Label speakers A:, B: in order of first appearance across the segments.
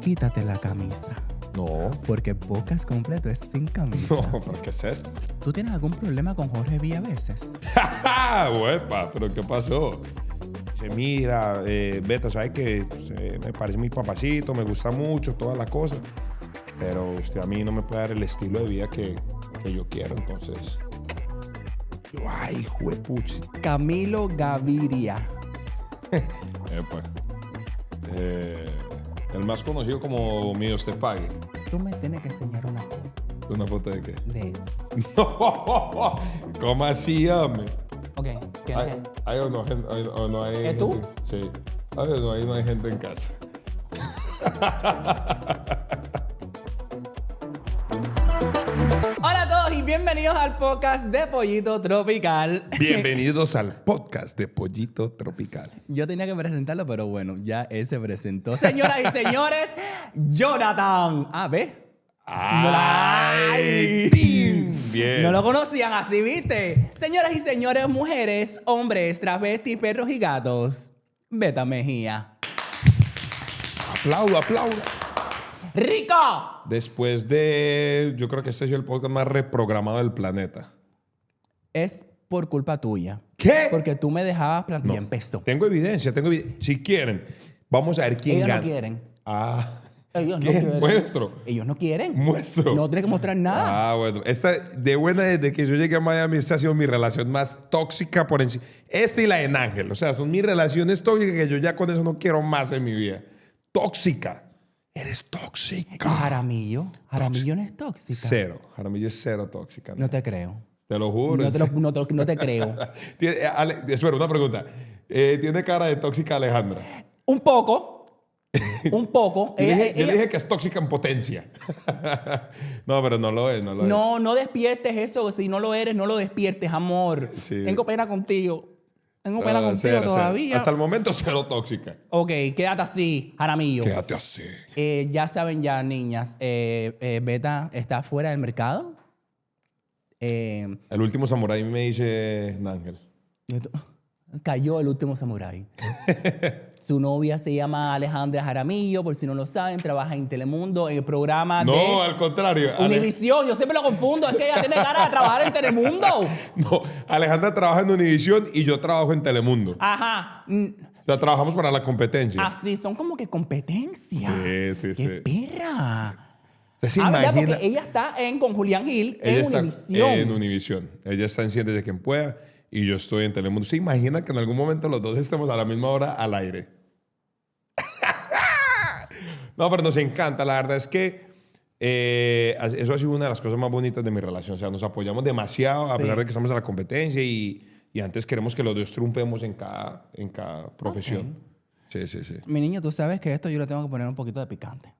A: quítate la camisa.
B: No.
A: Porque Bocas completo es sin camisa.
B: No, pero ¿qué es esto?
A: ¿Tú tienes algún problema con Jorge Villaveses?
B: ¡Ja, Ah, Huepa, pero ¿qué pasó? Dice, mira, eh, Beto, ¿sabes que Me parece mi papacito, me gusta mucho, todas las cosas. Pero usted a mí no me puede dar el estilo de vida que, que yo quiero, entonces... Yo, Ay, juepuch.
A: Camilo Gaviria.
B: Epa. Eh, el más conocido como Míos te pague.
A: Tú me tienes que enseñar una foto
B: ¿Una foto de qué?
A: de eso.
B: No, ¿cómo así, hombre?
A: Ok, ¿quién es
B: Hay,
A: él?
B: hay o no, gen- hay- o no hay
A: ¿Es tú?
B: gente- Sí. Hay o no, hay- no hay gente en casa.
A: Hola a todos y bienvenidos al podcast de Pollito Tropical.
B: Bienvenidos al podcast de Pollito Tropical.
A: Yo tenía que presentarlo, pero bueno, ya él se presentó. Señoras y señores, Jonathan. Ah, ve. ¡Ay!
B: Tim. Bien.
A: No lo conocían así, ¿viste? Señoras y señores, mujeres, hombres, travestis, perros y gatos. Beta Mejía.
B: Aplaudo, aplaudo.
A: ¡Rico!
B: Después de. Yo creo que este es el podcast más reprogramado del planeta.
A: Es por culpa tuya.
B: ¿Qué?
A: Porque tú me dejabas plantilla en pesto.
B: Tengo evidencia, tengo evidencia. Si quieren, vamos a ver quién
A: Ellos
B: gana.
A: no quieren.
B: Ah.
A: Ellos no
B: ¿Qué?
A: quieren.
B: Muestro.
A: Ellos no quieren.
B: Muestro.
A: No tienes que mostrar nada.
B: Ah, bueno. Esta, de buena, desde que yo llegué a Miami, esta ha sido mi relación más tóxica por encima. Esta y la de Ángel. O sea, son mis relaciones tóxicas que yo ya con eso no quiero más en mi vida. Tóxica. Eres tóxica.
A: Jaramillo. Jaramillo no es tóxica.
B: Cero. Jaramillo es cero tóxica.
A: No te creo.
B: Te lo juro.
A: No te, lo- no te- no te creo.
B: Tiene- eh, Ale- espera, una pregunta. Eh, Tiene cara de tóxica Alejandra.
A: Un poco. Un poco.
B: Yo, le
A: Ella-
B: dije, yo
A: Eh, ella-
B: le dije que es tóxica en potencia. no, pero no lo es, no lo es.
A: no, no despiertes eso. Si no lo eres, no lo despiertes, amor.
B: Sí.
A: Tengo pena contigo. Tengo pena
B: No,
A: contigo
B: Ah, cero, cero.
A: todavía.
B: Hasta el momento, cero tóxica.
A: Ok, quédate así, Jaramillo.
B: Quédate así.
A: Eh, ya saben ya, niñas, eh, eh, Beta está fuera del mercado. Eh,
B: El último samurái me dice Ángel.
A: esto- cayó el último samurái. Su novia se llama Alejandra Jaramillo, por si no lo saben, trabaja en Telemundo, en el programa
B: No,
A: de
B: al contrario. Ale-
A: Univisión. Yo siempre lo confundo, es que ella tiene cara de trabajar en Telemundo.
B: No, Alejandra trabaja en Univision y yo trabajo en Telemundo.
A: Ajá. mm,
B: O sea, trabajamos para la competencia.
A: Así, son como que competencia.
B: Sí, sí, sí.
A: ¡Qué perra!
B: ¿Usted se
A: ah, ¿verdad?
B: imagina?
A: Porque ella está en, con Julián Gil
B: Ella
A: en
B: está
A: Univisión.
B: en Univision. Ella está en Siéntese Quien Pueda y yo estoy en Telemundo. ¿Se imagina que en algún momento los dos estemos a la misma hora al aire? no, pero nos encanta. La verdad es que eh, eso ha sido una de las cosas más bonitas de mi relación. O sea, nos apoyamos demasiado a
A: Sí.
B: pesar de que estamos a la competencia y, y antes queremos que los dos triunfemos en cada, en cada profesión. Sí, sí, sí.
A: Mi niño, tú sabes que esto yo le tengo que poner un poquito de picante.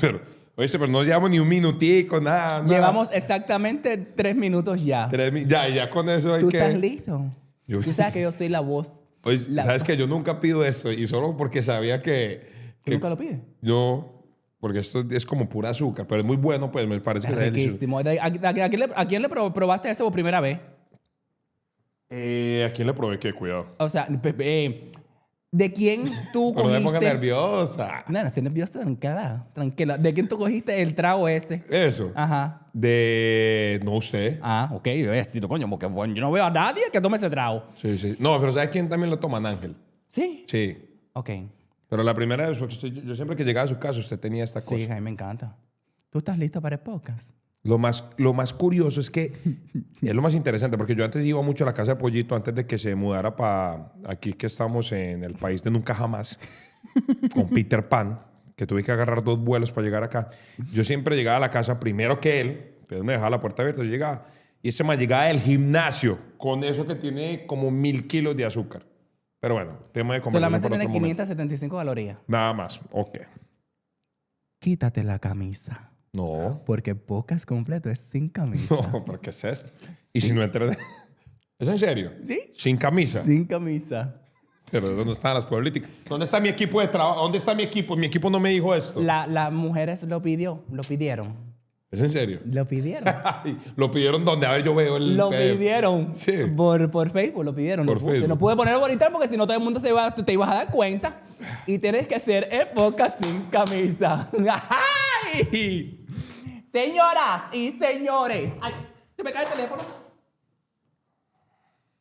B: Pero, oye, pero no llevamos ni un minutico, nada. nada.
A: Llevamos exactamente tres minutos ya.
B: Tres mi- Ya, ya con eso hay
A: ¿Tú
B: que...
A: estás listo?
B: Yo-
A: Tú sabes que yo soy la voz.
B: Oye,
A: La-
B: Pues, sabes que yo nunca pido esto y solo porque sabía que,
A: ¿Tú
B: que
A: nunca lo pides?
B: yo porque esto es como pura azúcar, pero es muy bueno, pues me parece que
A: Es
B: es delicioso.
A: riquísimo. ¿A, a- a- a quién le, a quién le pro- probaste eso por primera vez?
B: Eh, ¿A quién le probé qué? Cuidado.
A: O sea, pe- pe- eh, ¿de quién tú
B: Pero no me ponga
A: cogiste? Ah.
B: nerviosa.
A: No, no, estoy nerviosa, tranquila, tranquila. ¿De quién tú cogiste el trago ese?
B: Eso.
A: Ajá.
B: De no sé.
A: Ah, ok. Yo voy a decir, coño, porque bueno, yo no veo a nadie que tome ese trago.
B: Sí, sí. No, pero ¿sabes quién también lo toma? Ángel.
A: Sí.
B: Sí.
A: Ok.
B: Pero la primera vez, porque usted- yo yo siempre que llegaba a su casa, usted tenía esta cosa.
A: Sí, a mí me encanta. ¿Tú estás listo para el podcast?
B: Lo más, lo más curioso es que es lo más interesante, porque yo antes iba mucho a la casa de Pollito antes de que se mudara para aquí que estamos en el país de nunca jamás, con Peter Pan, que tuve que agarrar dos vuelos para llegar acá. Yo siempre llegaba a la casa primero que él, entonces me dejaba la puerta abierta, yo llegaba. Y ese más llegaba del gimnasio, con eso que tiene como mil kilos de azúcar. Pero bueno, tema de conversación
A: Solamente
B: para
A: tiene
B: otro momento.
A: 575 calorías.
B: Nada más, ok.
A: Quítate la camisa.
B: No.
A: Porque podcast completo es sin camisa.
B: No, pero ¿qué es esto? Y si no entrené. ¿Es en serio?
A: Sí.
B: Sin camisa.
A: Sin camisa.
B: Pero ¿dónde están las políticas? ¿Dónde está mi equipo de trabajo? ¿Dónde está mi equipo? Mi equipo no me dijo esto.
A: La, las mujeres lo pidió, lo pidieron.
B: ¿Es en serio?
A: Lo pidieron.
B: Ay, lo pidieron donde, a ver, yo veo el.
A: lo
B: PDF.
A: pidieron
B: Sí.
A: por, por Facebook, lo pidieron.
B: Por
A: lo puse.
B: Facebook.
A: No pude ponerlo bonita porque si no todo el mundo se iba, te, te ibas a dar cuenta. Y tienes que hacer época sin camisa. ¡Ay! Señoras y señores. Ay, se me cae el teléfono.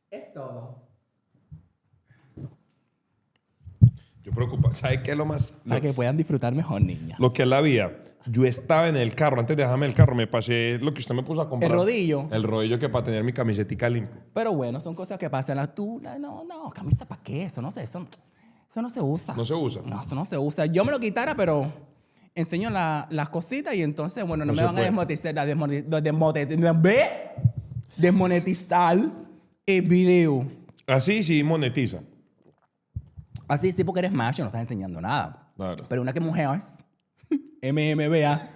A: Es todo.
B: Yo preocupado. ¿Sabes qué es lo más.? Lo,
A: Para que puedan disfrutar mejor, niñas.
B: lo que es la vida. Yo estaba en el carro, antes de dejarme el carro, me pasé lo que usted me puso a comprar.
A: El rodillo.
B: El rodillo que para tener mi camisetica limpia.
A: Pero bueno, son cosas que pasan. La- Tú, la- no, no, camisa para qué, eso no sé, eso, eso no se usa.
B: No se usa.
A: No, eso no se usa. Yo me lo quitara, pero enseño la- las cositas y entonces, bueno, no,
B: No
A: me
B: se
A: van
B: puede.
A: a desmonetizar, la desmone- la desmonet- ¿ve? desmonetizar el video.
B: Así Ah, sí monetiza.
A: Así es, tipo que eres macho, no estás enseñando nada.
B: Claro.
A: Pero una que mujer es MMBA,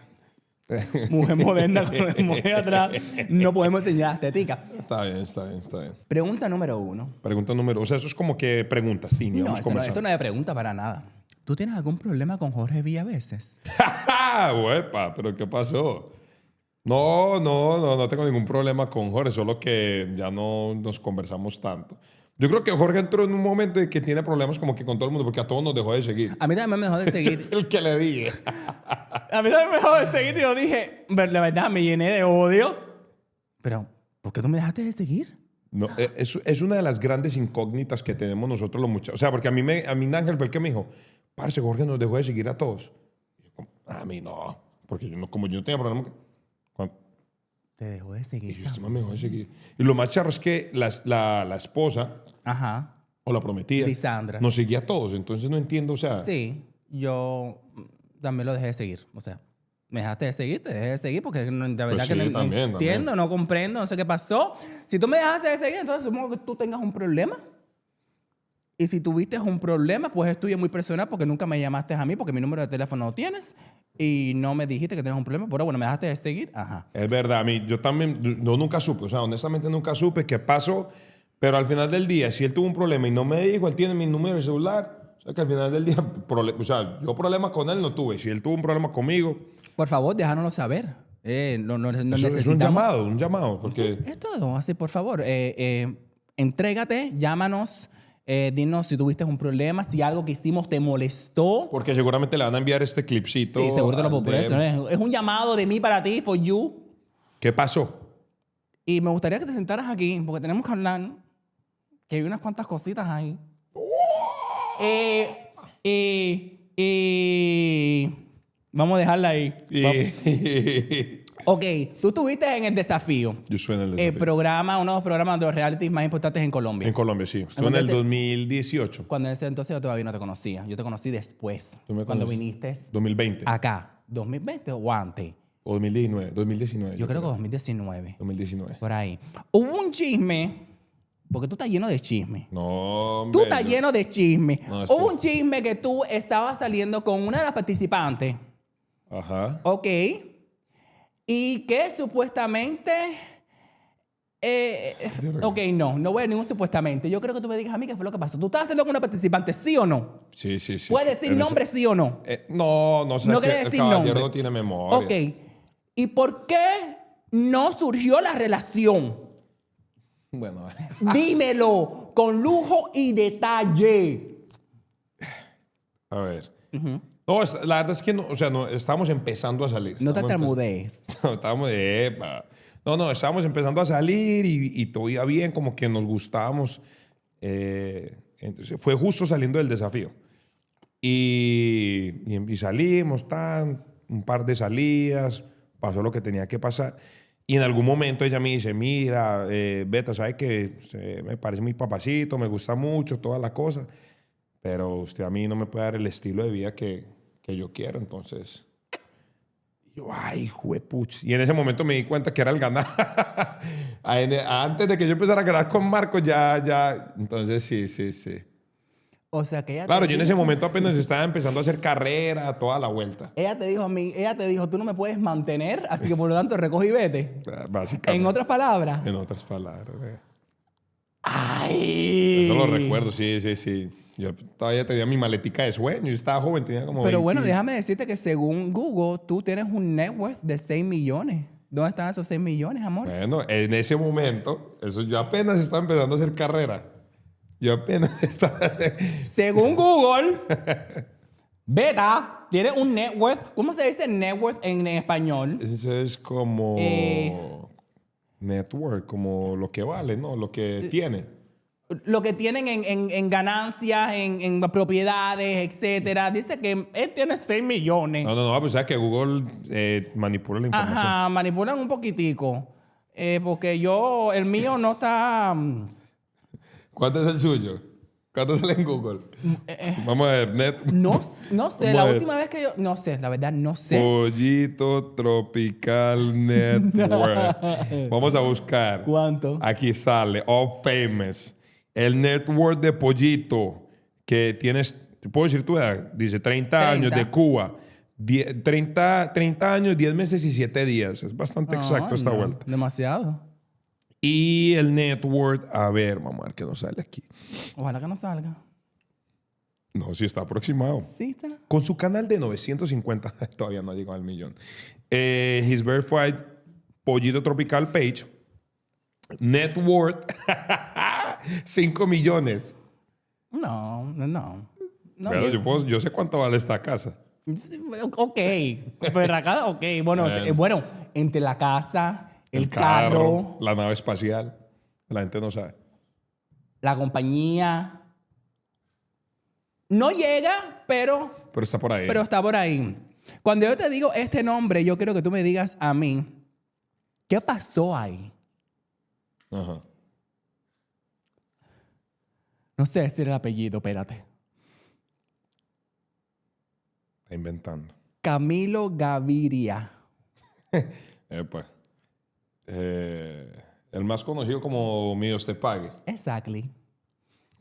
A: mujer moderna con la mujer atrás, no podemos enseñar estética.
B: Está bien, está bien, está bien.
A: Pregunta número uno.
B: Pregunta número. O sea, eso es como que preguntas, Tini.
A: No,
B: vamos
A: esto no,
B: conversando.
A: esto no es pregunta para nada. ¿Tú tienes algún problema con Jorge Villaveses?
B: ¡Ja, Uepa, ¿Pero qué pasó? No, no, no, no tengo ningún problema con Jorge, solo que ya no nos conversamos tanto. Yo creo que Jorge entró en un momento de que tiene problemas como que con todo el mundo, porque a todos nos dejó de seguir.
A: A mí también me dejó de seguir.
B: El que le dije.
A: A mí también me dejó de seguir y yo dije, pero la verdad me llené de odio. Pero, ¿por qué tú me dejaste de seguir?
B: No, eh, es, es una de las grandes incógnitas que tenemos nosotros los muchachos. O sea, porque a mí, me, a mí Ángel fue el que me dijo, parce, Jorge nos dejó de seguir a todos. Y yo como, a mí no, porque yo no, como yo no tenía problema. con- con-
A: Te dejó de
B: y yo,
A: seguir.
B: este man me dejó de seguir. Y lo más charro es que las- la, la esposa
A: Ajá.
B: o la prometida
A: Lisandra.
B: nos seguía a todos. Entonces no entiendo, o sea,
A: Sí, yo mm, también lo dejé de seguir. O sea, me dejaste de seguir, te dejé de seguir porque no- la verdad
B: Pues
A: que no,
B: sí,
A: no
B: también,
A: entiendo, no comprendo, no sé qué pasó. Si tú me dejaste de seguir, entonces supongo que tú tengas un problema. Y si tuviste un problema, pues es tuyo muy personal porque nunca me llamaste a mí porque mi número de teléfono no tienes y no me dijiste que tenías un problema. Pero bueno, me dejaste de seguir. Ajá.
B: es verdad. A mí, yo también, no nunca supe, o sea, honestamente nunca supe qué pasó. Pero al final del día, si él tuvo un problema y no me dijo, él tiene mi número de celular. O sea, que al final del día, prole- o sea, yo problema con él no tuve. Si él tuvo un problema conmigo,
A: Por favor, déjanoslo saber. Eh, no, no, no
B: eso es un
A: necesitamos-
B: llamado, un llamado. Porque
A: Es todo, así por favor. eh, eh, entrégate, llámanos, eh, dinos si tuviste un problema, si algo que hicimos te molestó.
B: porque seguramente le van a enviar este clipcito.
A: Sí, seguro te lo
B: al
A: puedo poner,
B: DM.
A: ¿no? Es un llamado de mí para ti, for you.
B: ¿Qué pasó?
A: Y me gustaría que te sentaras aquí, porque tenemos que hablar, que hay unas cuantas cositas ahí. Eh, eh, eh, vamos a dejarla ahí.
B: Y-
A: Ok, tú estuviste en el desafío,
B: yo suena el
A: el
B: desafío.
A: programa, uno de los programas de los realities más importantes en Colombia.
B: En Colombia, sí. Estuvo en el
A: Entonces-
B: 2018.
A: Cuando en ese entonces yo todavía no te conocía. Yo te conocí después.
B: Tú me
A: cuando
B: conoces-
A: viniste
B: 2020.
A: Ah. acá. ¿2020 o antes?
B: O 2019. 2019.
A: Yo creo que 2019.
B: 2019.
A: Por ahí. Hubo un chisme. Porque tú estás lleno de chisme.
B: No,
A: Tú
B: hombre,
A: estás
B: yo-
A: lleno de chisme.
B: No, esto-
A: Hubo un chisme que tú estabas saliendo con una de las participantes.
B: Ajá.
A: Ok. Y que supuestamente. eh,
B: Yo creo
A: ok, no, no voy a ningún supuestamente. Yo creo que tú me digas a mí qué fue lo que pasó. ¿Tú estabas saliendo con una participante, sí o no?
B: Sí, sí, sí. sí.
A: ¿Puedes decir
B: En ese-
A: nombre, sí o no?
B: Eh, no, no sé.
A: No
B: que
A: quiere
B: el
A: decir
B: caballero
A: nombre.
B: no tiene memoria.
A: Ok. ¿Y por qué no surgió la relación?
B: Bueno, vale.
A: Dímelo con lujo y detalle.
B: a ver. No, es- la verdad es que no, o sea, no, estábamos empezando a salir.
A: No te
B: Estábamos empe-
A: atramudees.
B: No, estábamos de epa. No, no, estábamos empezando a salir y, y todo iba bien, como que nos gustábamos. Eh, entonces, fue justo saliendo del desafío. Y, y- y salimos, tan, un par de salidas, pasó lo que tenía que pasar. Y en algún momento ella me dice, mira, eh, Beta, ¿sabes que eh, Me parece mi papacito, me gusta mucho, toda la cosa, pero usted a mí no me puede dar el estilo de vida que, que yo quiero, entonces... Yo, ay, juepuch. Y en ese momento me di cuenta que era el ganar. A- en- Antes de que yo empezara a ganar con Marco, ya, ya. Entonces, sí, sí, sí.
A: O sea que ella
B: Claro,
A: te,
B: yo en ese momento apenas estaba empezando a hacer carrera, toda la vuelta.
A: ella te dijo a mí, ella te dijo, tú no me puedes mantener, así que por lo tanto recoge y vete.
B: Básicamente.
A: En otras palabras.
B: en otras palabras. eh.
A: ¡Ay!
B: Eso lo recuerdo, sí, sí, sí. Yo todavía tenía mi maletica de sueño. Yo estaba joven, tenía como.
A: Pero bueno,
B: 20.
A: déjame decirte que según Google, tú tienes un net worth de 6 millones. ¿Dónde están esos 6 millones, amor?
B: Bueno, en ese momento, eso yo apenas estaba empezando a hacer carrera. Yo apenas estaba.
A: Según Google, Beta tiene un net worth. ¿Cómo se dice net worth en español?
B: Eso es como.
A: Eh.
B: Network, como lo que vale, ¿no? Lo que tiene.
A: Lo que tienen en, en- en ganancias, en, en propiedades, etcétera. Dice que él tiene 6 millones.
B: No, no, no, pues sabes que Google eh, manipula la información.
A: Ajá, manipulan un poquitico. Eh, porque yo, el mío no está. mm,
B: ¿Cuánto es el suyo? ¿Cuánto sale en Google?
A: Mm, eh,
B: Vamos a ver, net.
A: No, no sé, la
B: Bueno.
A: última vez que yo. No sé, la verdad, no sé.
B: Pollito Tropical Network. Vamos a buscar.
A: ¿Cuánto?
B: Aquí sale, All Famous. El network de Pollito, que tienes, ¿te puedo decir tu edad? Dice 30, años
A: 30.
B: de Cuba. Die- 30, 30 años, 10 meses y 7 días. Es bastante exacto
A: Ay,
B: esta
A: no,
B: vuelta.
A: Demasiado.
B: Y el network, a ver, vamos a ver qué nos sale aquí.
A: Ojalá que no salga.
B: No, sí está aproximado.
A: Sí, está.
B: Con su canal de 950, todavía no ha llegado al millón. Eh, his verified Pollito Tropical Page. Net worth, 5 millones.
A: No, no, no. No,
B: Pero
A: yo-
B: yo, puedo- yo sé cuánto vale esta casa.
A: Ok, pero acá, ok. Bueno,
B: Bueno.
A: eh, bueno, entre la casa, el, carro,
B: La nave espacial. La gente no sabe.
A: la compañía. No llega, pero,
B: Pero está por ahí.
A: pero está por ahí. Cuando yo te digo este nombre, yo quiero que tú me digas a mí, ¿qué pasó ahí?
B: Ajá.
A: No sé decir el apellido, espérate.
B: Está inventando.
A: Camilo Gaviria.
B: Epa. Eh, el más conocido como Míos te pague.
A: Exactly.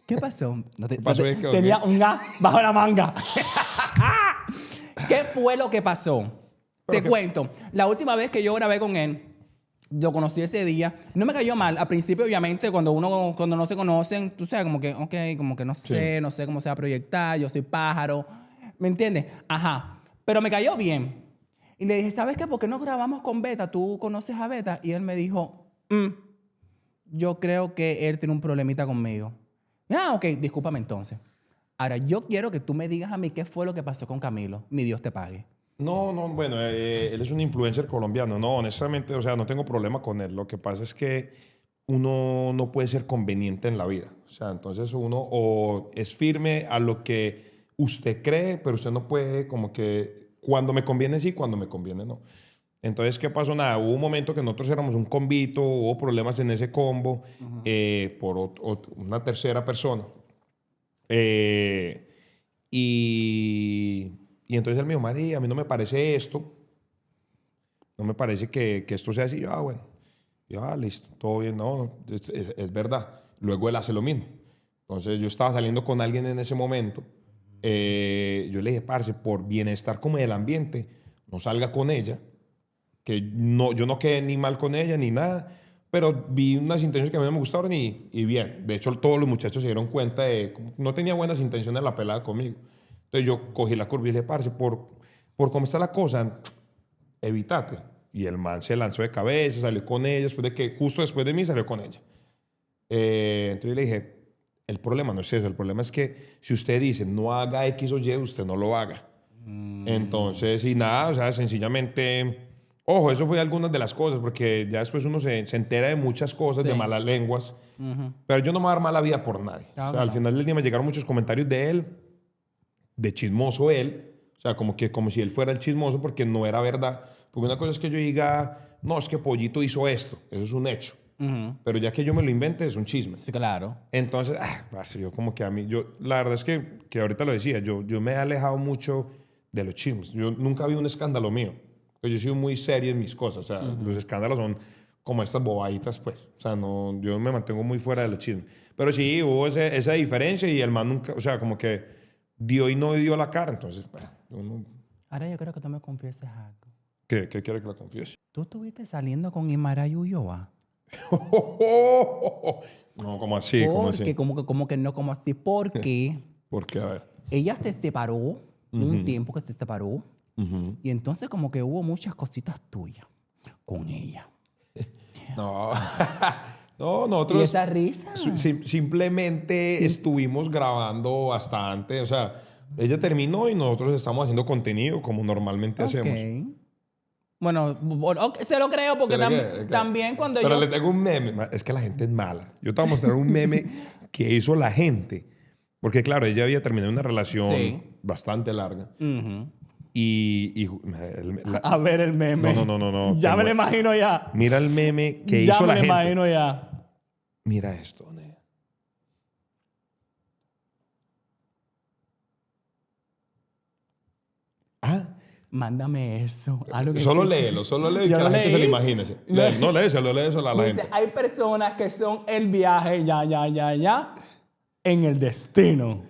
A: ¿Qué pasó? No te-
B: ¿Qué pasó?
A: no te-
B: Es que-
A: tenía un A bajo la manga. ¿Qué fue lo que pasó? Te
B: que-
A: cuento. La última vez que yo grabé con él, lo conocí ese día. No me cayó mal. Al principio, obviamente, cuando uno cuando no se conocen, tú sabes, como que, ok, como que no sé, no sé cómo se va a proyectar, yo soy pájaro. ¿Me entiendes? Ajá. Pero me cayó bien. Y le dije, ¿sabes qué? ¿Por qué no grabamos con Beta? ¿Tú conoces a Beta? Y él me dijo, "Mm, yo creo que él tiene un problemita conmigo. Ah, ok, discúlpame entonces. Ahora, yo quiero que tú me digas a mí qué fue lo que pasó con Camilo. Mi Dios te pague.
B: No, no, bueno, eh, él es un influencer colombiano. No, honestamente, o sea, no tengo problema con él. Lo que pasa es que uno no puede ser conveniente en la vida. O sea, entonces uno o es firme a lo que usted cree, pero usted no puede como que cuando me conviene sí, cuando me conviene no. Entonces, ¿qué pasó? Nada, hubo un momento que nosotros éramos un combito, hubo problemas en ese combo eh, por ot- ot- una tercera persona. Eh, y, y entonces él me dijo, María, a mí no me parece esto. No me parece que, que esto sea así. Yo, ah, bueno. Yo, ah, listo, todo bien. No, no, es, es- es verdad. Luego él hace lo mismo. Entonces yo estaba saliendo con alguien en ese momento. Eh, yo le dije, parce, por bienestar como del ambiente, no salga con ella. Que no, yo no quedé ni mal con ella ni nada. Pero vi unas intenciones que a mí no me gustaron y, y bien. De hecho, todos los muchachos se dieron cuenta de... cómo- No tenía buenas intenciones la pelada conmigo. Entonces yo cogí la curva y le dije, parce, por, por cómo está la cosa, evítate. Y el man se lanzó de cabeza, salió con ella, después de que, justo después de mí salió con ella. Eh, entonces yo le dije, el problema no es eso, el problema es que si usted dice no haga X o Y, usted no lo haga.
A: Mm,
B: Entonces, y nada, o sea, sencillamente, ojo, eso fue algunas de las cosas, porque ya después uno se, se entera de muchas cosas, de
A: Sí.
B: malas lenguas,
A: Ujú.
B: pero yo no me voy a dar mala vida por nadie.
A: Claro
B: o sea, al
A: que no.
B: final del día me llegaron muchos comentarios de él, de chismoso él, o sea, como, que, como si él fuera el chismoso porque no era verdad. Porque una cosa es que yo diga, no, es que Pollito hizo esto, eso es un hecho.
A: Ujú.
B: Pero ya que yo me lo invente, es un chisme.
A: Sí, claro.
B: Entonces, ah, parce, yo como que a mí, yo, la verdad es que, que ahorita lo decía, yo, yo me he alejado mucho de los chismes. Yo nunca vi un escándalo mío. Pues Yo soy muy serio en mis cosas. O sea, los escándalos son como estas bobaditas, pues. O sea, no, yo me mantengo muy fuera de los chismes. Pero sí, hubo ese- esa diferencia y el man nunca, o sea, como que dio y no dio la cara. Entonces, bueno, uno-
A: Ahora yo creo que tú me confieses algo.
B: ¿qué, qué quiere que la confiese?
A: ¿Tú estuviste saliendo con Imara Ulloa?
B: no, como así, como así.
A: Porque, como que, como que no, como así, porque
B: Porque, a ver.
A: Ella se separó, hubo un tiempo que se separó, y entonces como que hubo muchas cositas tuyas con ella.
B: No. no,
A: y
B: nosotros
A: esa risa.
B: si- sim- simplemente estuvimos grabando bastante. O sea, ella terminó y nosotros estamos haciendo contenido como normalmente hacemos.
A: Ok. Bueno, bueno, ok, se lo creo porque
B: Se le
A: tam-
B: queda, claro.
A: también cuando
B: Pero
A: yo...
B: le tengo un meme. Ma- Es que la gente es mala. Yo te voy a mostrar un meme que hizo la gente. Porque, claro, ella había terminado una relación
A: Sí.
B: bastante larga.
A: Ujú.
B: Y. y ju- ma- el- la-
A: A ver el meme.
B: No, no, no, no, no.
A: Ya
B: Te
A: me lo
B: muer-
A: imagino ya.
B: mira el meme que
A: ya
B: hizo
A: me
B: la
A: lo
B: gente.
A: imagino ya.
B: Mira esto, nena. Ah,
A: Mándame eso. algo que
B: solo
A: sí.
B: léelo, solo léelo y
A: Ya
B: que la
A: lo
B: gente se lo
A: leí.
B: imagine. sí. Lé- No léelo, solo léelo a la
A: Dice,
B: gente.
A: hay personas que son el viaje ya, ya, ya, ya en el destino.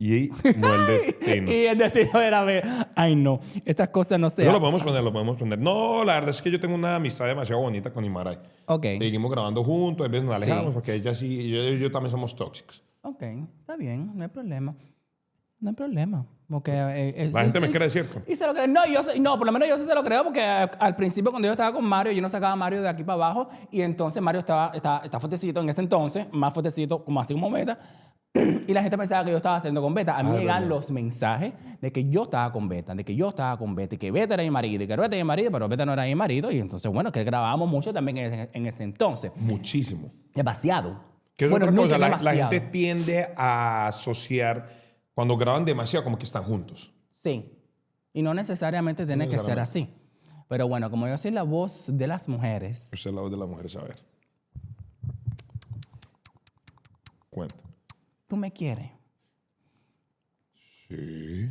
B: Y no el destino.
A: Y el destino era ver, ay no, estas cosas no se
B: No lo
A: hacen.
B: podemos poner, lo podemos poner. No, la verdad es que yo tengo una amistad demasiado bonita con Imaray.
A: Ok,
B: Seguimos grabando juntos, a veces nos
A: Sí.
B: alejamos porque ella sí, yo, yo también somos tóxicos.
A: ok, está bien, no hay problema. No hay problema. Porque, eh, eh,
B: La
A: sí,
B: gente me
A: sí,
B: cree,
A: sí.
B: ¿cierto?
A: Y se lo cree. No, yo sé- no, por lo menos yo sí se lo creo porque eh, al principio cuando yo estaba con Mario, yo no sacaba a Mario de aquí para abajo y entonces Mario estaba, estaba, estaba fuertecito en ese entonces, más fuertecito como así como Beta. Y la gente pensaba que yo estaba haciendo con Beta. A mí
B: Ah, es
A: llegan
B: verdad.
A: los mensajes de que yo estaba con Beta, de que yo estaba con Beta y que Beta era mi marido y que Beta era mi marido, pero Beta no era mi marido. Y entonces, bueno, que grabábamos mucho también en ese, en ese entonces.
B: Muchísimo.
A: Demasiado.
B: Que es
A: Bueno,
B: otra
A: nunca
B: cosa, la, la
A: demasiado.
B: gente tiende a asociar cuando graban demasiado como que están juntos.
A: Sí. Y no necesariamente tiene que ser así. Pero bueno, como yo soy la voz de las mujeres,
B: Esa es la voz de la mujer, a ver. Cuenta.
A: tú me quieres.
B: Sí.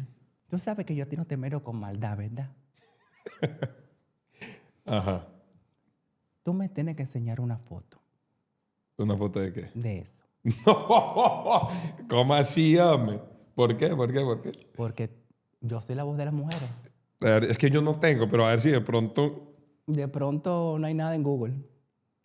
A: Tú sabes que yo a ti no te miro con maldad, ¿verdad?
B: Ajá.
A: Tú me tienes que enseñar una foto
B: ¿Una foto de qué?
A: de eso.
B: No. ¿Cómo así, hombre? ¿Por qué? ¿Por qué? ¿Por qué?
A: Porque yo soy la voz de las mujeres.
B: A ver, es que yo no tengo, pero a ver si de pronto
A: De pronto no hay nada en Google.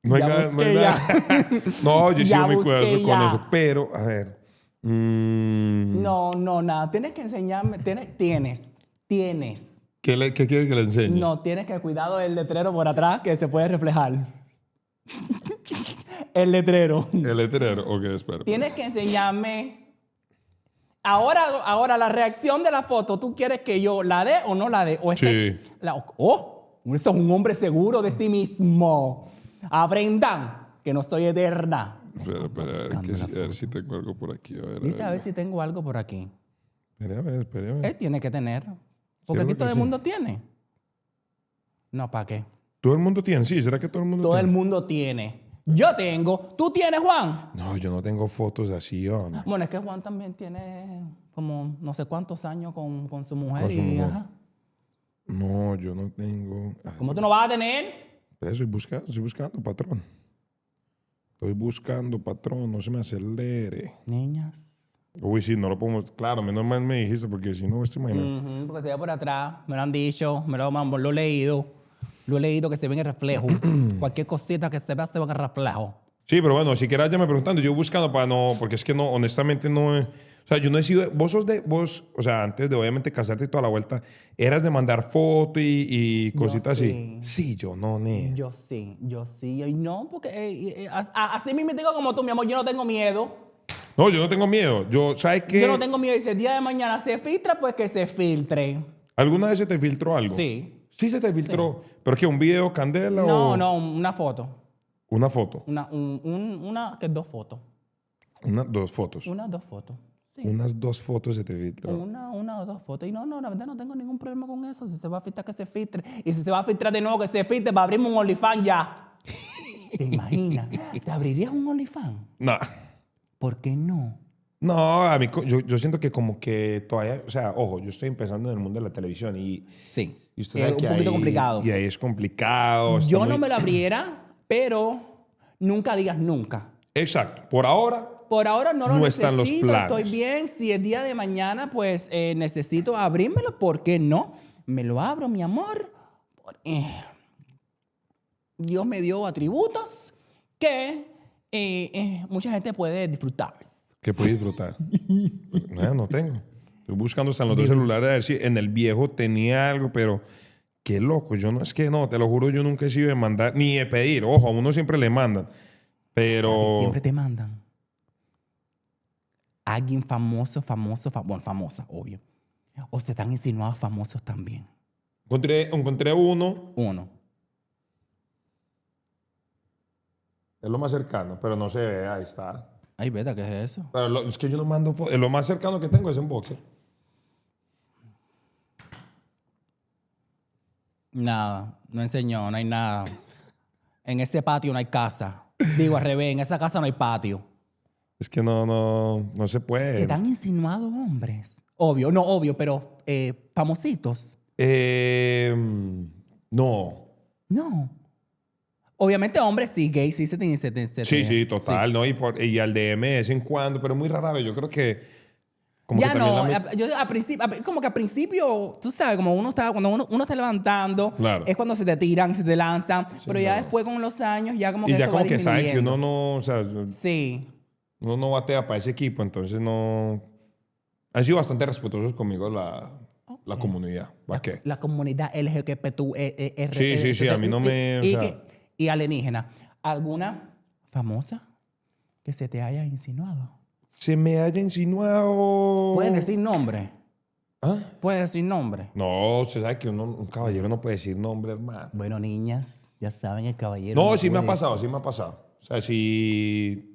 B: No hay
A: Ya
B: nada. No, hay
A: busqué
B: nada. no yo he
A: Ya
B: sido muy
A: busqué
B: cuidadoso con
A: ya.
B: eso. Pero, a ver. mm,
A: No, no, nada. Tienes que enseñarme. Tienes, tienes. tienes.
B: ¿qué, le- qué quieres que le enseñe?
A: No, tienes que cuidado del letrero por atrás que se puede reflejar. El letrero.
B: El letrero. Ok, espera.
A: Tienes que enseñarme. Ahora, ahora la reacción de la foto, ¿tú quieres que yo la dé o no la dé? O este-
B: Sí.
A: la- oh, eso es un hombre seguro de sí mismo. Aprendan que no soy eterna.
B: Espera, espera, a ver,
A: Buscando
B: que
A: la
B: si- a ver si tengo algo por aquí. A ver, a ver.
A: Dice a ver ¿Eh? si tengo algo por aquí.
B: Espera, a ver, espera, a ver.
A: Él tiene que tener. Porque
B: Seguro
A: aquí
B: que
A: todo el
B: sí.
A: mundo tiene. No, ¿para qué?
B: Todo el mundo tiene, sí, ¿será que todo el mundo
A: Todo el
B: tiene?
A: mundo tiene. Yo tengo. ¿Tú tienes, Juan?
B: No, yo no tengo fotos así, hombre.
A: Bueno, es que Juan también tiene como no sé cuántos años con, con su mujer.
B: Con su
A: y,
B: mujer.
A: ajá.
B: No, yo no tengo. Ay,
A: ¿Cómo tú no vas a tener?
B: espera, estoy buscando, estoy buscando, patrón. Estoy buscando, patrón, no se me acelere.
A: Niñas.
B: Uy, sí, no lo podemos. Claro, menos mal me dijiste, porque si no, este imagínate.
A: Ujú, porque se ve por atrás, me lo han dicho, me lo, me lo he leído. Lo he leído que se ve en el reflejo. Cualquier cosita que se vea se ve en el reflejo.
B: Sí, pero bueno, si quieres, ya me preguntando, yo buscando para no, porque es que no, honestamente no. he- O sea, yo no he sido. Vos sos de. Vos, o sea, antes de obviamente casarte y toda la vuelta, eras de mandar foto y, y cositas así.
A: sí.
B: Sí, yo no, ne.
A: Yo sí, yo sí. y no, porque eh, eh, as- a- así mismo digo como tú, mi amor, yo no tengo miedo.
B: No, yo no tengo miedo. Yo, ¿sabes qué?
A: Yo no tengo miedo. Y si el día de mañana se filtra, pues que se filtre.
B: ¿Alguna vez se te filtró algo? Oh.
A: Sí.
B: Sí se te filtró. ¿Pero qué? ¿Un video, candela o
A: No, no, una foto.
B: una foto?
A: Una, un- un- una, que dos fotos.
B: Una, dos fotos.
A: Una, dos fotos. Sí.
B: Unas dos fotos se te filtró.
A: Una, una o dos fotos. Y no, no, la verdad no tengo ningún problema con eso. Si se va a filtrar, que se filtre. Y si se va a filtrar de nuevo, que se filtre para abrirme un OnlyFans ya. ¿Te imaginas? ¿Te abrirías un OnlyFans?
B: Nah.
A: ¿Por qué no?
B: No, a mí, co- yo, yo siento que como que todavía, o sea, ojo, yo estoy empezando en el mundo de la televisión y,
A: Sí.
B: y usted
A: es
B: sabe
A: Eh, un
B: que
A: poquito
B: ahí-
A: complicado.
B: Y ahí es complicado. está
A: Yo
B: muy-
A: no me lo abriera, pero nunca digas nunca.
B: Exacto. Por ahora,
A: Por ahora no lo
B: No
A: necesito,
B: están los planes.
A: estoy bien. Si el día de mañana, pues eh, necesito abrírmelo, ¿por qué no? Me lo abro, mi amor. Por- eh, Dios me dio atributos que eh, eh, mucha gente puede disfrutar.
B: que pude disfrutar? Nada, no tengo. Estoy buscando hasta en los dos celulares a ver si en el viejo tenía algo, pero qué loco. Yo no, es que no, te lo juro, yo nunca he sido de mandar ni de pedir. Ojo, a uno siempre le mandan. Pero.
A: Siempre te mandan. Alguien famoso, famoso, fa- bueno, famosa, obvio. O se están insinuados famosos también.
B: Encontré, encontré uno,
A: Uno.
B: es lo más cercano, pero no se ve, ahí está.
A: Ay, ¿verdad? ¿Qué es eso?
B: Pero lo- es que yo no mando fotos. Lo más cercano que tengo es un boxer.
A: Nada, no enseñó, no hay nada. En este patio no hay casa. Digo, al revés, en esa casa no hay patio.
B: Es que no, no, no se
A: Se
B: puede.
A: están insinuados hombres. Obvio, no obvio, pero eh, famositos.
B: Eh, no.
A: No. Obviamente hombres sí, gays sí se te... se te- se te-
B: Sí, sí, total, ¿no? Y, por- y al DM de vez en cuando, pero muy rara vez. Yo creo que. Como
A: ya
B: que también
A: no, eh,
B: la mu-
A: a- yo a principio, a- como que a principio, tú sabes, como uno está, cuando uno, uno está levantando,
B: Claro.
A: es cuando se te tiran, se te lanzan, pero ya
B: claro.
A: después con los años, ya como que
B: Y ya
A: eso va
B: como que saben que
A: disminuyendo.
B: uno no. O sea,
A: Sí,
B: uno no batea para ese equipo, entonces no. Han sido bastante respetuosos conmigo la, la comunidad. ¿Para qué?
A: la comunidad LGBTQ,
B: Sí, sí, sí, a mí no me-
A: E, Y,
B: o sea-
A: que- y alienígena. ¿Alguna famosa que se te haya insinuado?
B: Se me haya insinuado.
A: Puedes decir nombre,
B: ¿Ah?
A: puedes decir nombre.
B: No, usted sabe que uno- un caballero no puede decir nombre, hermano.
A: Bueno, niñas, ya saben, el caballero...
B: No, sí me ha
A: puede
B: pasado, sí me ha pasado. O sea, sí.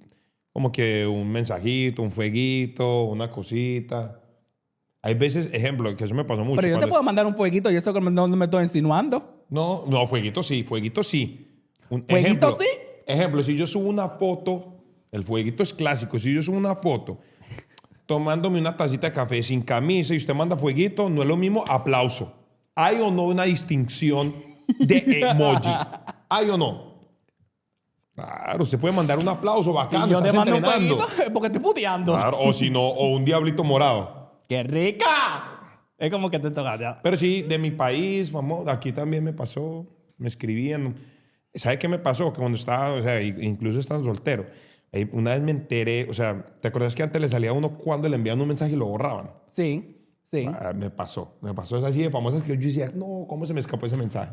B: Como que un mensajito, un fueguito, una cosita. Hay veces, ejemplo, que eso me pasó mucho.
A: Pero yo te
B: cuando-
A: puedo mandar un fueguito, yo esto que no no me estoy insinuando.
B: No, no, fueguito sí, fueguito sí. Un
A: ¿Fueguito
B: ejemplo,
A: sí?
B: Ejemplo, si yo subo una foto, el fueguito es clásico, si yo subo una foto tomándome una tacita de café sin camisa y usted manda fueguito, no es lo mismo aplauso. ¿Hay o no una distinción de emoji? ¿Hay o no? Claro, se puede mandar un aplauso
A: Si
B: bacano.
A: yo
B: Ah, estás
A: te mando un
B: entrenando. Ah.
A: fueguito, es porque estoy puteando.
B: Claro, o si no, o un diablito morado.
A: ¡Qué rica! Es como que te toca ya.
B: Pero sí, de mi país, famoso, aquí también me pasó, me escribían. ¿Sabe qué me pasó? Que cuando estaba, o sea, i- incluso estando soltero, ahí una vez me enteré, o sea, ¿te acuerdas que antes le salía a uno cuando le enviaban un mensaje y lo borraban?
A: Sí, sí.
B: Ah, me pasó, me pasó. Es así de famosas que yo decía, no, ¿cómo se me escapó ese mensaje?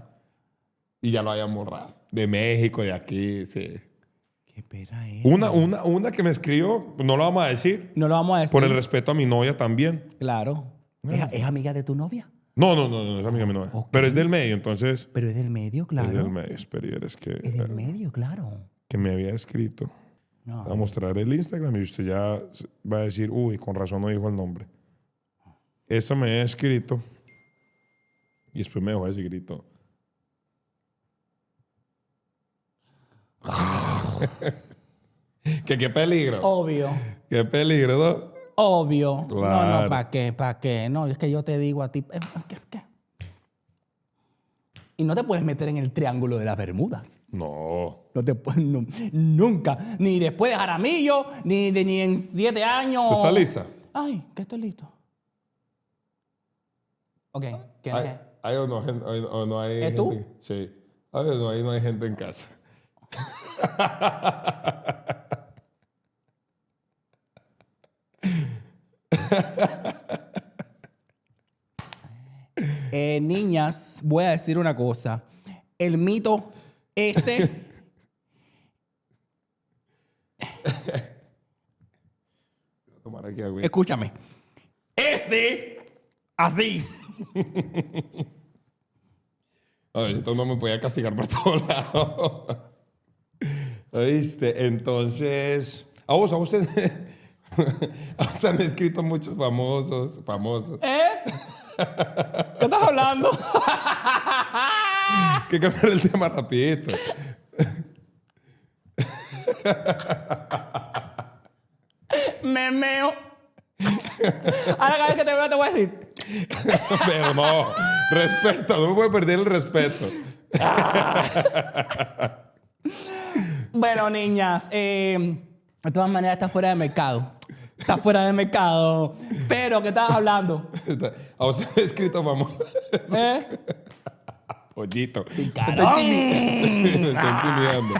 B: Y ya lo habían borrado. De México, de aquí, sí.
A: ¿Qué pera es?
B: Una, una, una que me escribió, no lo vamos a decir,
A: No lo vamos a decir.
B: por el Ah. respeto a mi novia también.
A: Claro. Es, es amiga de tu novia,
B: No, no, no, no, es amiga de mi novia.
A: Ok.
B: Pero es del medio, entonces...
A: pero es del medio, claro.
B: Es del medio, espera, es que...
A: Es del medio, claro.
B: que me había escrito.
A: No.
B: Va a mostrar el Instagram y usted ya s- va a decir, uy, con razón no dijo el nombre. Esa me había escrito y después me dejó ese grito. que qué peligro.
A: Obvio,
B: Qué peligro, ¿no?
A: obvio. No,
B: Claro.
A: no, ¿para qué? ¿Para qué? No, es que yo te digo a ti. eh, ¿qué, qué? Y no te puedes meter en el triángulo de las Bermudas.
B: No.
A: No te puedes, nu- nunca. Ni después de Jaramillo, ni, de, ni en siete años.
B: ¿Usted está lista?
A: Ay, que estoy listo. Ok, ¿qué es?
B: ¿Hay, hay o no, gen- hay- o no hay
A: ¿Es tú?
B: gente- Sí. Hay o no, hay- no hay gente en casa.
A: Eh, niñas, voy a decir una cosa. El mito este.
B: Voy a tomar aquí agüita.
A: escúchame. Este. Así.
B: A ver, entonces no me podía castigar por todos lados. ¿Oíste? Entonces, a vos, a vos, te- a vos te han escrito muchos famosos, famosos.
A: ¿Eh? ¿Qué estás hablando?
B: Que cambiar el tema rapidito.
A: Me meo. Ahora cada vez que te veo te voy a decir.
B: Pero no, respeto, no me voy a perder el respeto.
A: Bueno, niñas, eh, de todas maneras está fuera de mercado. Está fuera de mercado. Pero, ¿qué estabas hablando?
B: A vos te han escrito famosos.
A: ¿Eh?
B: Pollito.
A: ¡Carón!
B: Me está intimidando.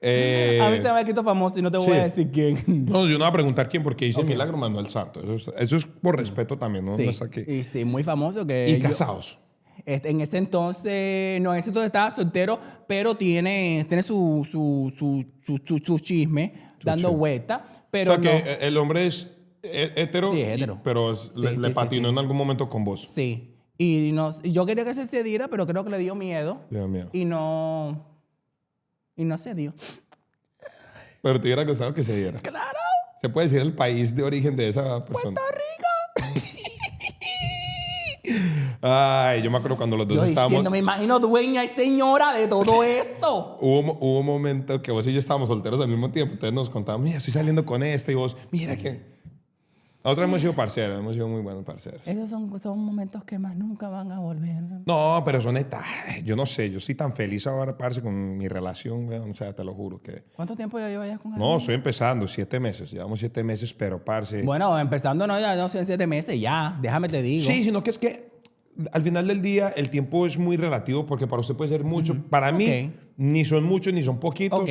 B: Eh,
A: A mí se me ha quitado famoso y no te voy
B: sí.
A: a decir quién.
B: no, yo no voy a preguntar quién, porque dice Milagro Manuel Santos. Eso es, eso es por respeto también, ¿no? No está aquí.
A: Y sí, muy famoso que...
B: Y
A: yo-
B: casados.
A: Este, en ese entonces, no, en ese entonces estaba soltero, pero tiene, tiene su, su, su, su, su- su chisme dando
B: chisme.
A: vuelta. Pero
B: o sea que
A: no-
B: eh, el hombre es eh, hétero,
A: Sí, es hétero.
B: y- pero es-
A: Sí,
B: le,
A: sí,
B: le
A: sí,
B: patinó
A: sí.
B: en algún momento con vos.
A: Sí. Y nos, yo quería que se cediera, pero creo que le dio miedo.
B: Dios mío.
A: Y no. Y no cedió.
B: Pero te hubiera gustado que se diera.
A: ¡Claro!
B: ¿Se puede decir el país de origen de esa persona? ¡Puerto Rico! Ay, yo me acuerdo cuando los dos
A: Yo
B: estábamos...
A: diciendo, me imagino dueña y señora de todo esto.
B: Hubo, mo- hubo un momento que vos y yo estábamos solteros al mismo tiempo. Entonces nos contábamos, mira, estoy saliendo con este. Y vos, mira que... Nosotros hemos sido parceros, hemos sido muy buenos parceros.
A: Esos son, son momentos que más nunca van a volver.
B: No, pero son estas... Yo no sé, yo estoy tan feliz ahora, parce, con mi relación, weón. O sea, te lo juro que...
A: ¿Cuánto tiempo ya llevas ya con
B: No,
A: alguien?
B: estoy empezando, siete meses. Llevamos siete meses, pero parce...
A: Bueno, empezando, no, ya no sé, en siete meses, ya. Déjame te digo.
B: Sí, sino que es que al final del día el tiempo es muy relativo porque para usted puede ser mucho. Para mí,
A: Ok.
B: ni son muchos ni son poquitos.
A: Ok.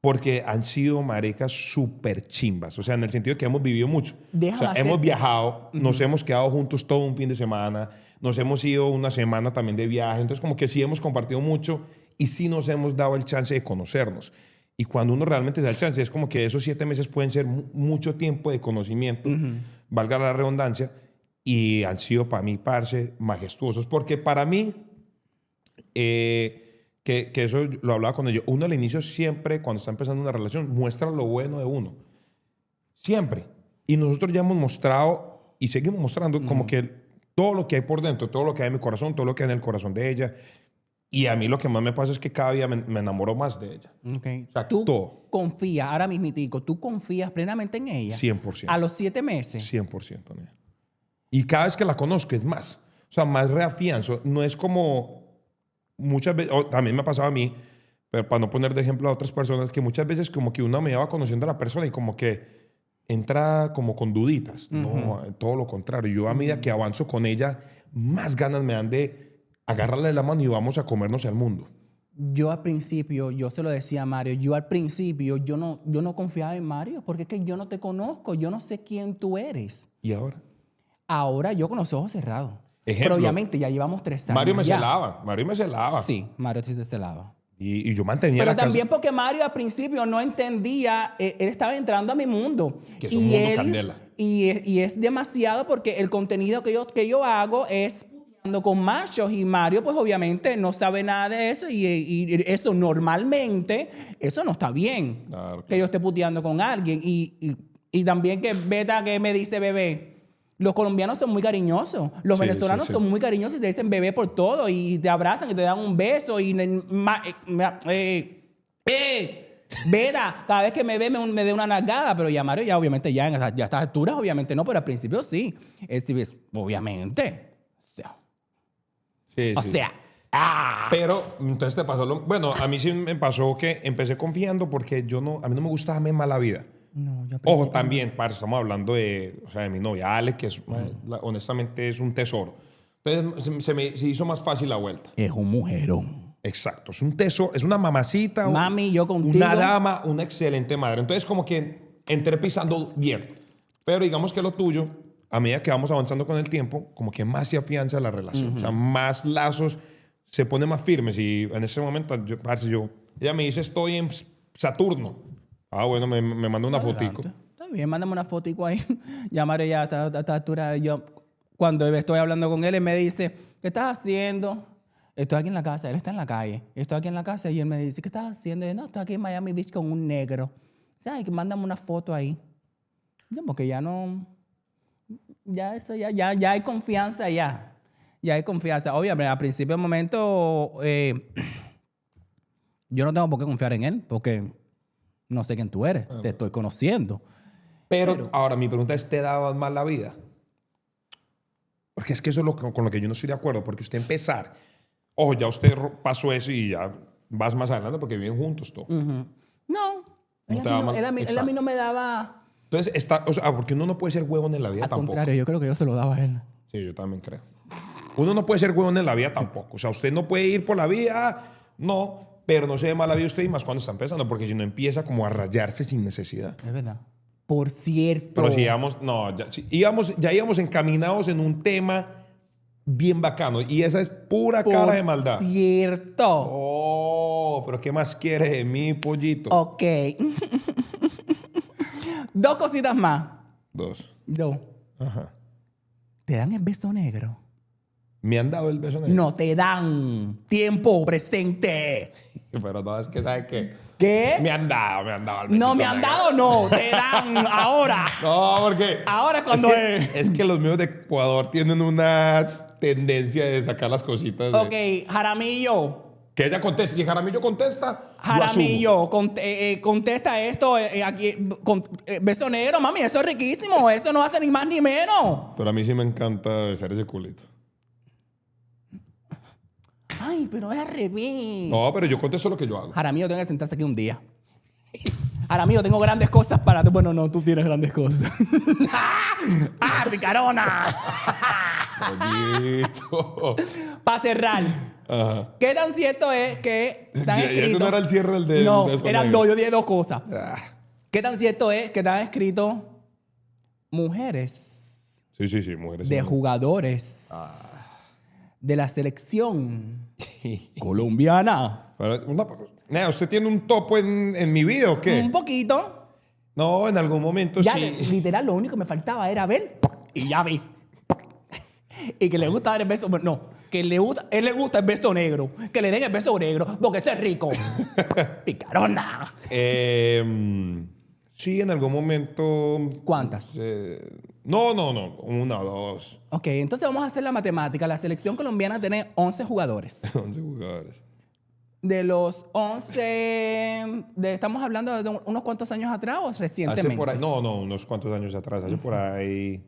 B: Porque han sido maricas súper chimbas. O sea, en el sentido de que hemos vivido mucho.
A: Déjame
B: o sea,
A: hacer-
B: hemos viajado, nos hemos quedado juntos todo un fin de semana, nos hemos ido una semana también de viaje. Entonces, como que sí hemos compartido mucho y sí nos hemos dado el chance de conocernos. Y cuando uno realmente se da el chance, es como que esos siete meses pueden ser mu- mucho tiempo de conocimiento, valga la redundancia, y han sido para mí, parce, majestuosos. Porque para mí, eh, que, que eso yo- lo hablaba con ellos. Uno al inicio siempre, cuando está empezando una relación, muestra lo bueno de uno. Siempre. Y nosotros ya hemos mostrado y seguimos mostrando como que todo lo que hay por dentro, todo lo que hay en mi corazón, todo lo que hay en el corazón de ella. Y a mí lo que más me pasa es que cada día me, me enamoro más de ella.
A: Ok.
B: sea,
A: tú
B: todo.
A: confías, ahora mismitico, tú confías plenamente en ella.
B: 100%.
A: A los siete meses.
B: 100%. nena. Y cada vez que la conozco es más. O sea, más reafianzo. No es como muchas veces, o también me ha pasado a mí, pero para no poner de ejemplo a otras personas, que muchas veces como que uno me va conociendo a la persona y como que entra como con duditas. No, todo lo contrario. Yo a medida que avanzo con ella, más ganas me dan de agarrarle la mano y vamos a comernos el mundo.
A: Yo al principio, yo se lo decía a Mario, yo al principio, yo no, yo no confiaba en Mario, porque es que yo no te conozco, yo no sé quién tú eres.
B: ¿Y ahora?
A: Ahora yo con los ojos cerrados.
B: Ejemplo.
A: Pero obviamente ya llevamos tres años.
B: Mario me
A: ya.
B: celaba. Mario me celaba.
A: Sí, Mario sí te celaba.
B: Y, y yo mantenía
A: Pero
B: la casa-
A: también porque Mario al principio no entendía, eh, él estaba entrando a mi mundo.
B: Que es un mundo candela.
A: Y es, y es demasiado porque el contenido que yo, que yo hago es puteando con machos y Mario pues obviamente no sabe nada de eso y, y eso normalmente, eso no está bien.
B: Claro,
A: Que yo esté puteando con alguien. Y, y- y también que Beta que me dice bebé. Los colombianos son muy cariñosos. Los
B: Sí,
A: venezolanos
B: sí, sí.
A: son muy cariñosos y te dicen bebé por todo y te abrazan y te dan un beso y ne- ma- eh, ma- eh, eh, Vera, cada vez que me ve me, me dé una nalgada, pero ya Mario ya obviamente ya en esa- ya a estas alturas obviamente no, pero al principio sí. Es- es- obviamente. O sea,
B: Sí,
A: o
B: sí.
A: sea, ah.
B: Pero entonces te pasó lo. Bueno, a mí sí me pasó que empecé confiando porque yo no. A mí no me gusta darme mala vida.
A: No, yo al
B: Ojo,
A: principio-
B: también, parce, estamos hablando de, o sea, de mi novia Ale, que es, la- honestamente es un tesoro. Entonces se, se me se hizo más fácil la vuelta.
A: Es un mujerón.
B: Exacto, es un tesoro, es una mamacita. un-
A: Mami, yo contigo.
B: Una dama, una excelente madre. Entonces, como que entré pisando bien. Pero digamos que lo tuyo, a medida que vamos avanzando con el tiempo, como que más se afianza la relación. O sea, más lazos se pone más firmes. Y en ese momento, yo, parce, yo, ella me dice, estoy en Saturno. Ah, bueno, me, me manda una fotico.
A: Está bien, mándame una fotico ahí. Ya Mario ya a esta- a esta altura, yo cuando estoy hablando con él, él me dice, ¿qué estás haciendo? Estoy aquí en la casa, él está en la calle. Estoy aquí en la casa y él me dice, ¿qué estás haciendo? Y yo, no, estoy aquí en Miami Beach con un negro. ¿Sabes? Que mándame una foto ahí. Yo, porque ya no... Ya eso, ya, ya, ya hay confianza ya. Ya hay confianza. Obviamente, al principio del momento, eh, yo no tengo por qué confiar en él, porque no sé quién tú eres. Te estoy conociendo.
B: Pero, ahora mi pregunta es, ¿te dabas más la vida? Porque es que eso es lo que- con lo que yo no estoy de acuerdo, porque usted empezar, ojo, ya usted ro- pasó eso y ya vas más adelante porque viven juntos todo.
A: Ujú. No.
B: No
A: Él,
B: te
A: a
B: daba
A: mí no,
B: mal-
A: él a mí- él a mí no me daba.
B: Entonces, está, o sea, porque uno no puede ser huevón en la vida
A: Al
B: tampoco.
A: contrario, yo creo que yo se lo daba a él.
B: Sí, yo también creo. Uno no puede ser huevón en la vida tampoco. O sea, usted no puede ir por la vida, no, pero no se ve mal la vida usted y más cuando está empezando, porque si no empieza como a rayarse sin necesidad.
A: Es verdad. Por cierto.
B: Pero si íbamos, no, ya, si íbamos, ya íbamos encaminados en un tema bien bacano y esa es pura
A: por
B: cara de maldad.
A: cierto.
B: Oh, pero ¿qué más quieres de mí, pollito?
A: Ok. Dos cositas más.
B: Dos.
A: Dos.
B: Ajá.
A: ¿Te dan el beso negro?
B: ¿Me han dado el beso negro?
A: No te dan. Tiempo presente.
B: Pero no, es que ¿sabes qué?
A: ¿Qué?
B: Me han dado, me han dado el besito
A: No me han
B: negro.
A: dado, no. Te dan ahora.
B: No, porque...
A: Ahora es
B: es
A: cuando
B: que,
A: es.
B: es que los míos de Ecuador tienen una tendencia de sacar las cositas. de-
A: Ok, Jaramillo.
B: Que ella conteste. Si Jaramillo contesta, yo asumo.
A: Jaramillo, cont- eh, eh, contesta esto. eh, eh, aquí, eh, con- eh, beso negro, mami, eso es riquísimo. Esto no hace ni más ni menos.
B: Pero a mí sí me encanta besar ese culito.
A: Ay, pero es al revés.
B: No, pero yo contesto lo que yo hago.
A: Jaramillo, tengo que sentarse aquí un día. Jaramillo, tengo grandes cosas para ti. Bueno, no, tú tienes grandes cosas. ¡Ah, picarona!
B: Pollito.
A: para cerrar,
B: Ajá.
A: ¿qué tan cierto es que están
B: Y- y ese
A: escritos-
B: no era el cierre del del
A: No,
B: beso
A: eran
B: negro.
A: dos, yo dije dos cosas.
B: Ah.
A: ¿Qué tan cierto es que están escritos mujeres
B: Sí, sí, sí, mujeres.
A: de
B: sí,
A: jugadores Ah. de la selección colombiana.
B: Pero una- Nea, ¿Usted tiene un topo en, en mi vida o qué?
A: Un poquito.
B: No, en algún momento
A: Ya,
B: sí.
A: le- literal, lo único que me faltaba era ver y ya vi. Y que le gusta dar el beso. bueno, No, que le gusta, él le gusta el beso negro. Que le den el beso negro porque esto es rico. Picarona.
B: Eh, mm, sí, en algún momento.
A: ¿Cuántas?
B: eh, no, no, no. Una, dos,
A: Ok, entonces vamos a hacer la matemática. La selección colombiana tiene 11 jugadores.
B: once jugadores.
A: De los 11, de- estamos hablando de unos cuantos años atrás o
B: Hace
A: recientemente.
B: por ahí, no, no, unos cuantos años atrás. Hace por ahí.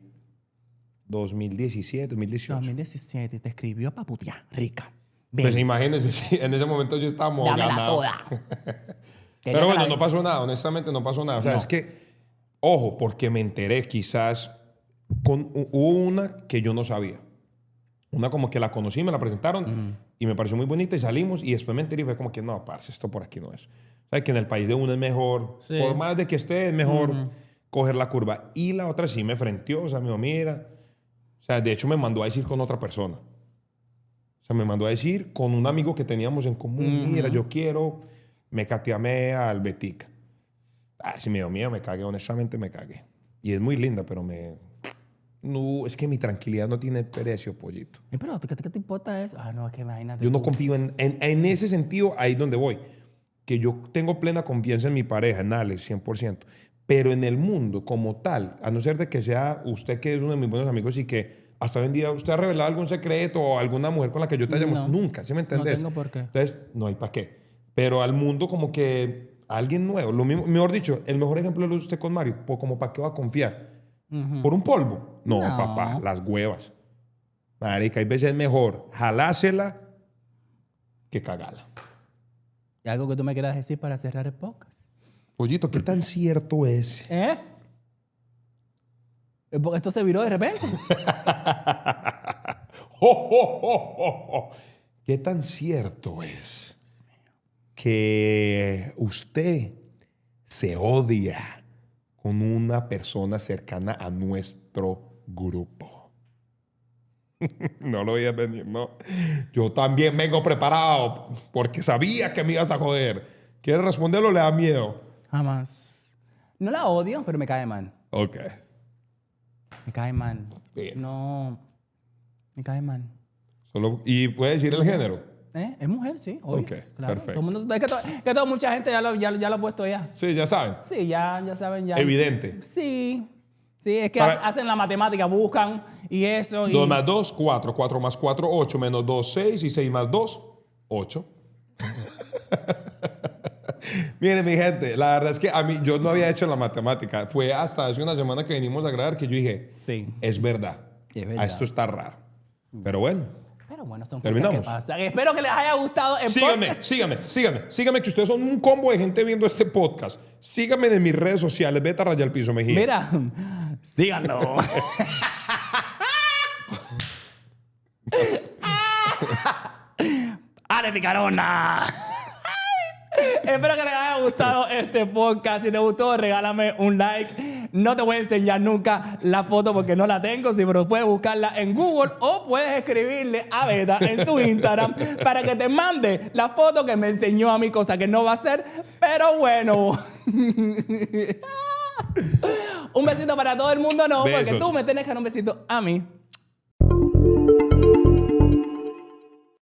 B: 2017, 2018.
A: 2017 y te escribió para putear, rica. Ven,
B: Pues imagínense, sí, en ese momento yo estaba
A: dámela
B: ganado.
A: toda. Quería
B: Pero
A: que la-
B: bueno, no pasó nada, honestamente no pasó nada. O sea,
A: No.
B: es que, ojo, porque me enteré quizás, con, hu- hubo una que yo no sabía. Una como que la conocí, me la presentaron y me pareció muy bonita y salimos y después me enteré y fue como que, no, parce, esto por aquí no es. O sea, que en el país de uno es mejor,
A: Sí.
B: por más de que esté, es mejor coger la curva. Y la otra sí me frenteó, o sea, me dijo, mira, o sea, de hecho me mandó a decir con otra persona. O sea, me mandó a decir con un amigo que teníamos en común, mira, yo quiero, me cateame al Betica. Ah, si me dio miedo, me cagué, honestamente me cagué. Y es muy linda, pero me... No, es que mi tranquilidad no tiene precio, pollito.
A: Eh, Pero, ¿qué, qué te importa eso? Ah, no, es que imagínate.
B: Yo no
A: tú.
B: confío en, en, en ese sentido, ahí es donde voy. Que yo tengo plena confianza en mi pareja, en Alex, 100%. Pero en el mundo como tal, a no ser de que sea usted que es uno de mis buenos amigos y que hasta hoy en día usted ha revelado algún secreto o alguna mujer con la que yo te haya
A: No.
B: mostrado, nunca, ¿sí me entendés?
A: tengo por qué.
B: Entonces, no hay para qué. Pero al mundo como que alguien nuevo, lo mismo, mejor dicho, el mejor ejemplo lo es usted con Mario, po- como para qué va a confiar.
A: Ujú.
B: ¿Por un polvo? No,
A: No.
B: papá, las huevas. Marica, hay veces es mejor jalásela que cagala.
A: ¿Y algo que tú me quieras decir para cerrar el podcast?
B: Pollito, ¿qué tan cierto es?
A: ¿Eh? Eh, Porque esto se viró de repente.
B: ¡Jo, jo, jo, jo, jo! oh, ¿Qué tan cierto es que usted se odia con una persona cercana a nuestro grupo? No lo veía venir, no. Yo también vengo preparado porque sabía que me ibas a joder. ¿Quieres responderlo o le da miedo?
A: Jamás. No la odio, pero me cae mal.
B: Ok.
A: Me cae mal.
B: Bien.
A: No. Me cae mal.
B: Solo, ¿Y puede decir el género?
A: ¿Eh? Es mujer, sí. obvio,
B: Ok,
A: claro.
B: perfecto.
A: Todo el mundo, es que, to- que toda mucha gente ya lo, ya, lo- ya lo ha puesto ya.
B: Sí, ya saben.
A: Sí, ya, ya saben, ya.
B: Evidente.
A: Sí. Sí, es que
B: Para-
A: ha- hacen la matemática, buscan y eso. Y...
B: 2 más 2, 4. 4 más 4, 8. Menos 2, 6. Y 6 más 2, 8. Miren, mi gente, la verdad es que a mí, yo no había hecho la matemática. Fue hasta hace una semana que venimos a grabar que yo dije,
A: Sí.
B: es verdad.
A: Es
B: Ah,
A: verdad.
B: Esto está raro. Pero bueno,
A: Pero bueno, son
B: Terminamos.
A: cosas que pasan. Espero que les haya gustado el
B: síganme,
A: podcast.
B: síganme, síganme, síganme, que ustedes son un combo de gente viendo este podcast. Síganme en mis redes sociales, Beta Raya al Piso Mejía.
A: Mira, síganlo. ¡Ale, ¡Ah! picarona! Espero que les haya gustado este podcast. Si te gustó, regálame un like. No te voy a enseñar nunca la foto porque no la tengo, sí, pero puedes buscarla en Google o puedes escribirle a Beta en su Instagram para que te mande la foto que me enseñó a mí, cosa que no va a ser, pero bueno. un besito para todo el mundo, no, porque
B: Besos.
A: tú me tienes que dar un besito a mí.